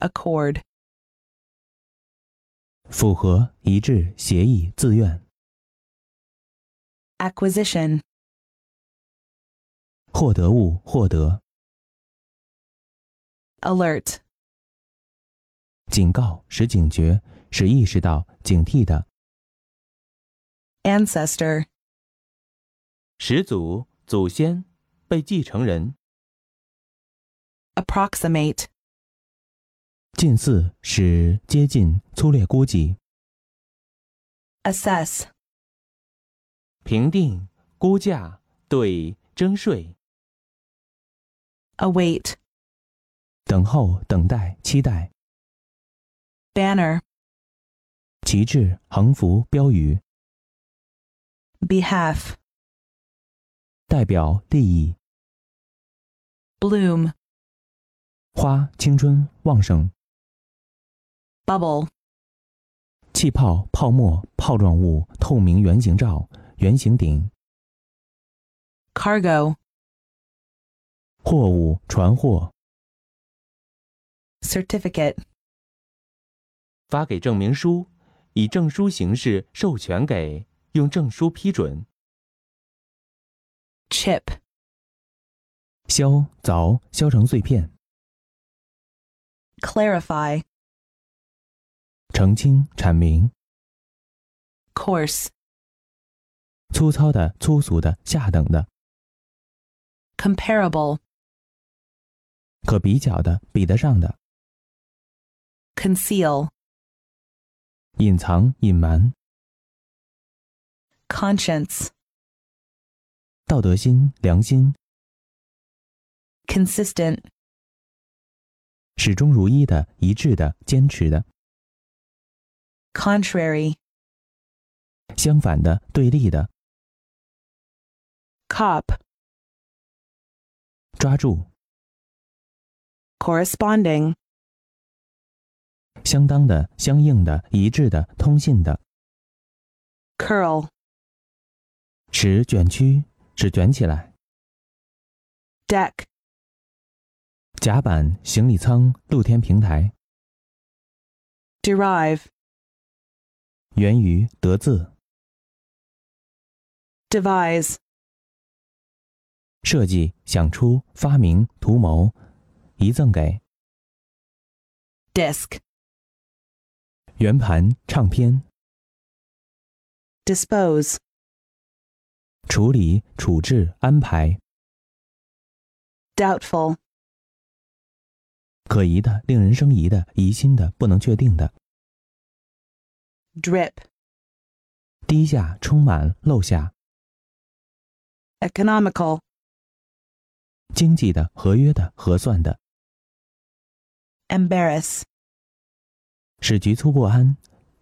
accord, 符合、一致、协议、自愿、 acquisition, 获得物、获得、 alert, 警告、使警觉、使意识到、警惕的、 ancestor, 始祖、祖先、被继承人、 approximate, 近似、使接近、粗略估计、 assess, 评定、估价、对征税、 await, 等候、等待、期待、 banner, 旗帜、横幅、标语、 behalf, 代表利益、 bloom, 花、青春、旺盛、 bubble, 气泡、泡沫、泡状物、透明圆形罩、圆形顶、 cargo, 货物、船货。 certificate, 发给证明书，以证书形式授权给，用证书批准。 chip, 削、凿、削成碎片， clarify, 澄清、阐明。 coarse, 粗糙的、粗俗的、下等的、 comparable, 可比较的、比得上的。 conceal, 隐藏、隐瞒、 conscience, 道德心、良心， consistent, 始终如一的、一致的、坚持的。 contrary, 相反的、对立的， cop, 抓住。 corresponding, 相当的、相应的、一致的、通信的。 curl, 使卷曲，使卷起来。 deck, 甲板、行李舱、露天平台。 derive, 源于德字， devise, 设计、想出、发明、图谋，遗赠给 disc, 圆盘、唱片、 dispose, 处理、处置、安排， doubtful, 可疑的、令人生疑的、疑心的、不能确定的， drip, 低下、充满、漏下， economical, 经济的、合约的、核算的， embarrass, 使局促不安，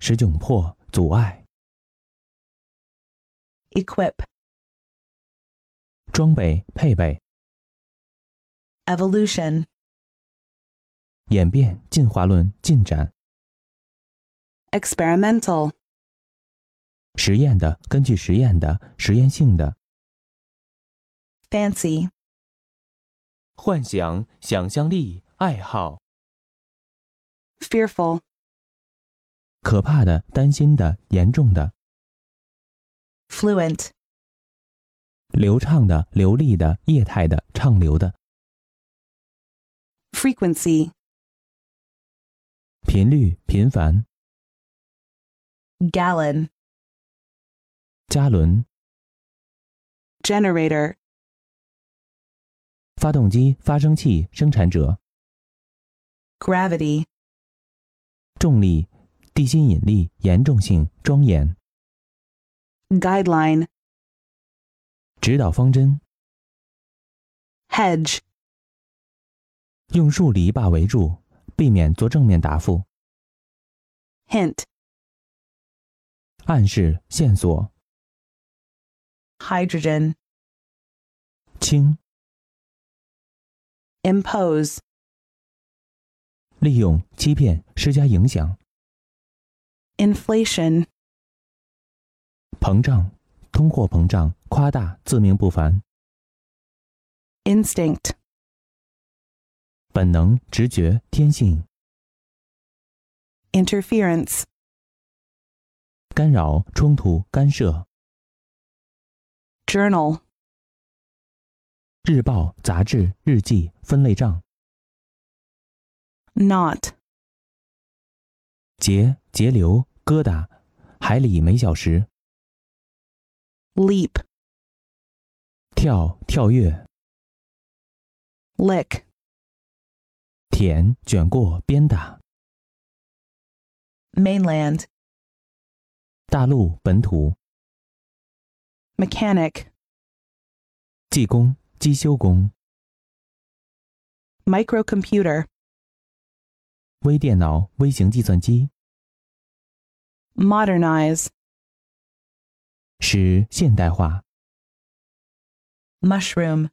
使窘迫、阻碍， equip, 装备、配备、 evolution, 演变、进化论、进展、 experimental, 实验的、根据实验的、实验性的。 fancy, 幻想、想象力、爱好， fearful, 可怕的、担心的、严重的、 fluent, 流畅的、流利的、液态的、畅流的、 frequency, 频率、频繁、 gallon, 加仑、 generator, 发动机、发生器、生产者、 gravity, 重力、地心引力、严重性、庄严、 guideline, 指导方针， hedge, 用树篱笆围住，避免做正面答复， hint, 暗示、线索、 hydrogen, 轻、 impose, 利用、欺骗、施加影响、 inflation, 膨胀、通货膨胀、夸大、自命不凡。 instinct. 本能、直觉、天性、 interference, 干扰、冲突、干涉。 journal, 日报、杂志、日记、分类账。 not, 节、节流、疙瘩。海里每小时。 leap, 跳、跳跃。 lick, 舔、卷过、鞭打。 mainland, 大陆、本土。 mechanic, 技工、机修工。 microcomputer, 微电脑、微型计算机。 modernize, 使现代化。 mushroom,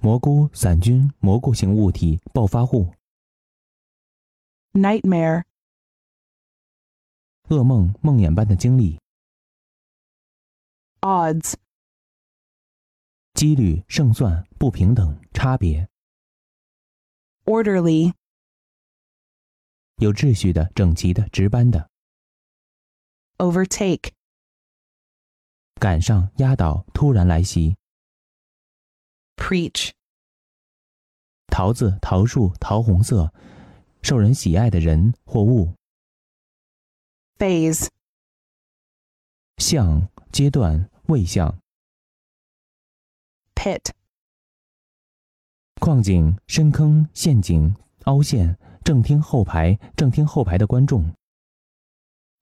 蘑菇、伞菌、蘑菇型物体、暴发户。 nightmare, 噩梦、梦魇般的经历。 odds, 几率、胜算、不平等、差别。 orderly, 有秩序的、整齐的、值班的， overtake, 赶上、压倒、突然来袭。 preach, 桃子、桃树、桃红色，受人喜爱的人或物。 phase, 象、阶段、位象、 pit, 矿井、深坑、陷阱、凹陷、正厅后排、正厅后排的观众。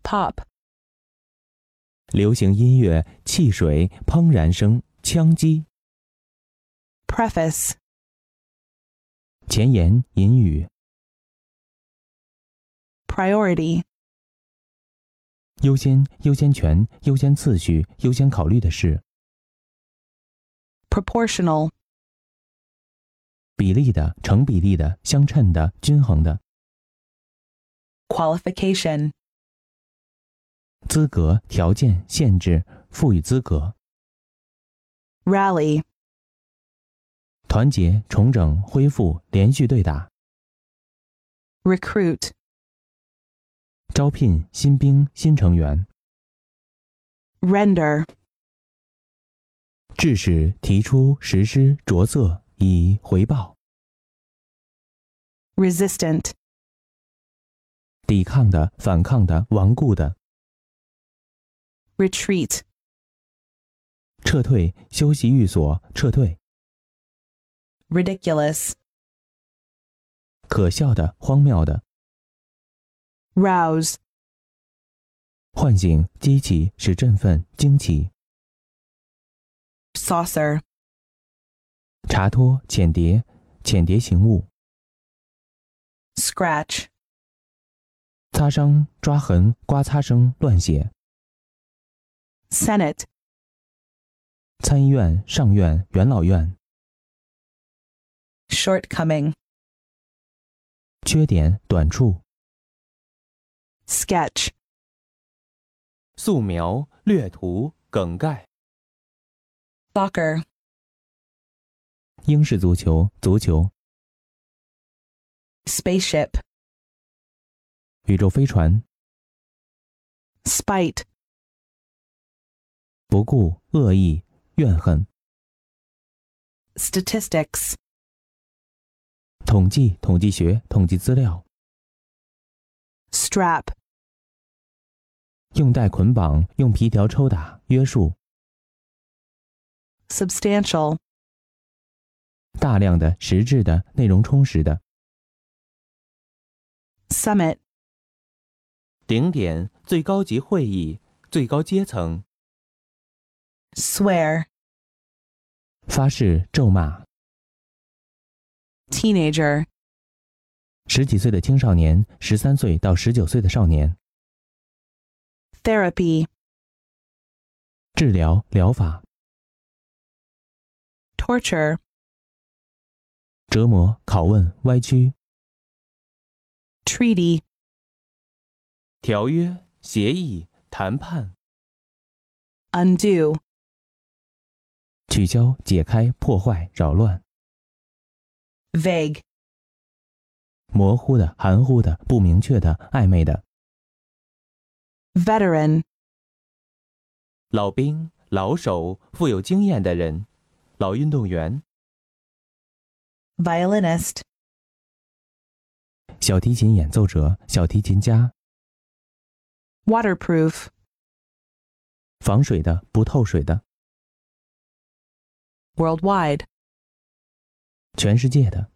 pop, 流行音乐、汽水、怦然声、枪击、 preface, 前言、引语、 priority, 优先、优先权、优先次序、优先考虑的事、 proportional, 比例的、成比例的、相称的、均衡的、 qualification, 资格、条件、限制、赋予资格、 rally, 团结、重整、恢复、连续对打、 recruit, 招聘新兵、新成员、 render, 致使、提出、实施、着色以回报、 resistant, 抵抗的、反抗的、顽固的、 retreat, 撤退、休息寓所、撤退、 ridiculous, 可笑的、荒谬的、 rouse, 唤醒、激起、使振奋、惊奇、 saucer, 查脱、浅碟、浅碟形物、 scratch, 擦伤、抓痕、刮擦声、乱写、 senate, 参议院、上院、元老院、 shortcoming, 缺点、短处、 sketch, 素描、略图、梗概、 soccer, 英式足球、足球、 spaceship, 宇宙飞船、 spite, 不顾、恶意、怨恨、 statistics, 统计、统计学、统计资料、 strap, 用带捆绑、用皮条抽打、约束、 substantial, 大量的、实质的、内容充实的、 summit, 顶点、最高级会议、最高阶层、 swear, 发誓、咒骂、 teenager, 十几岁的青少年，十三岁到十九岁的少年， therapy, 治疗、疗法、 torture, 折磨、拷问、歪曲、 treaty, 条约、协议、谈判、 undo, 取消、解开、破坏、扰乱、 vague, 模糊的、含糊的、不明确的、暧昧的。 veteran, 老兵、老手、富有经验的人，老运动员、 violinist, 小提琴演奏者、小提琴家， waterproof, 防水的、不透水的， worldwide, 全世界的，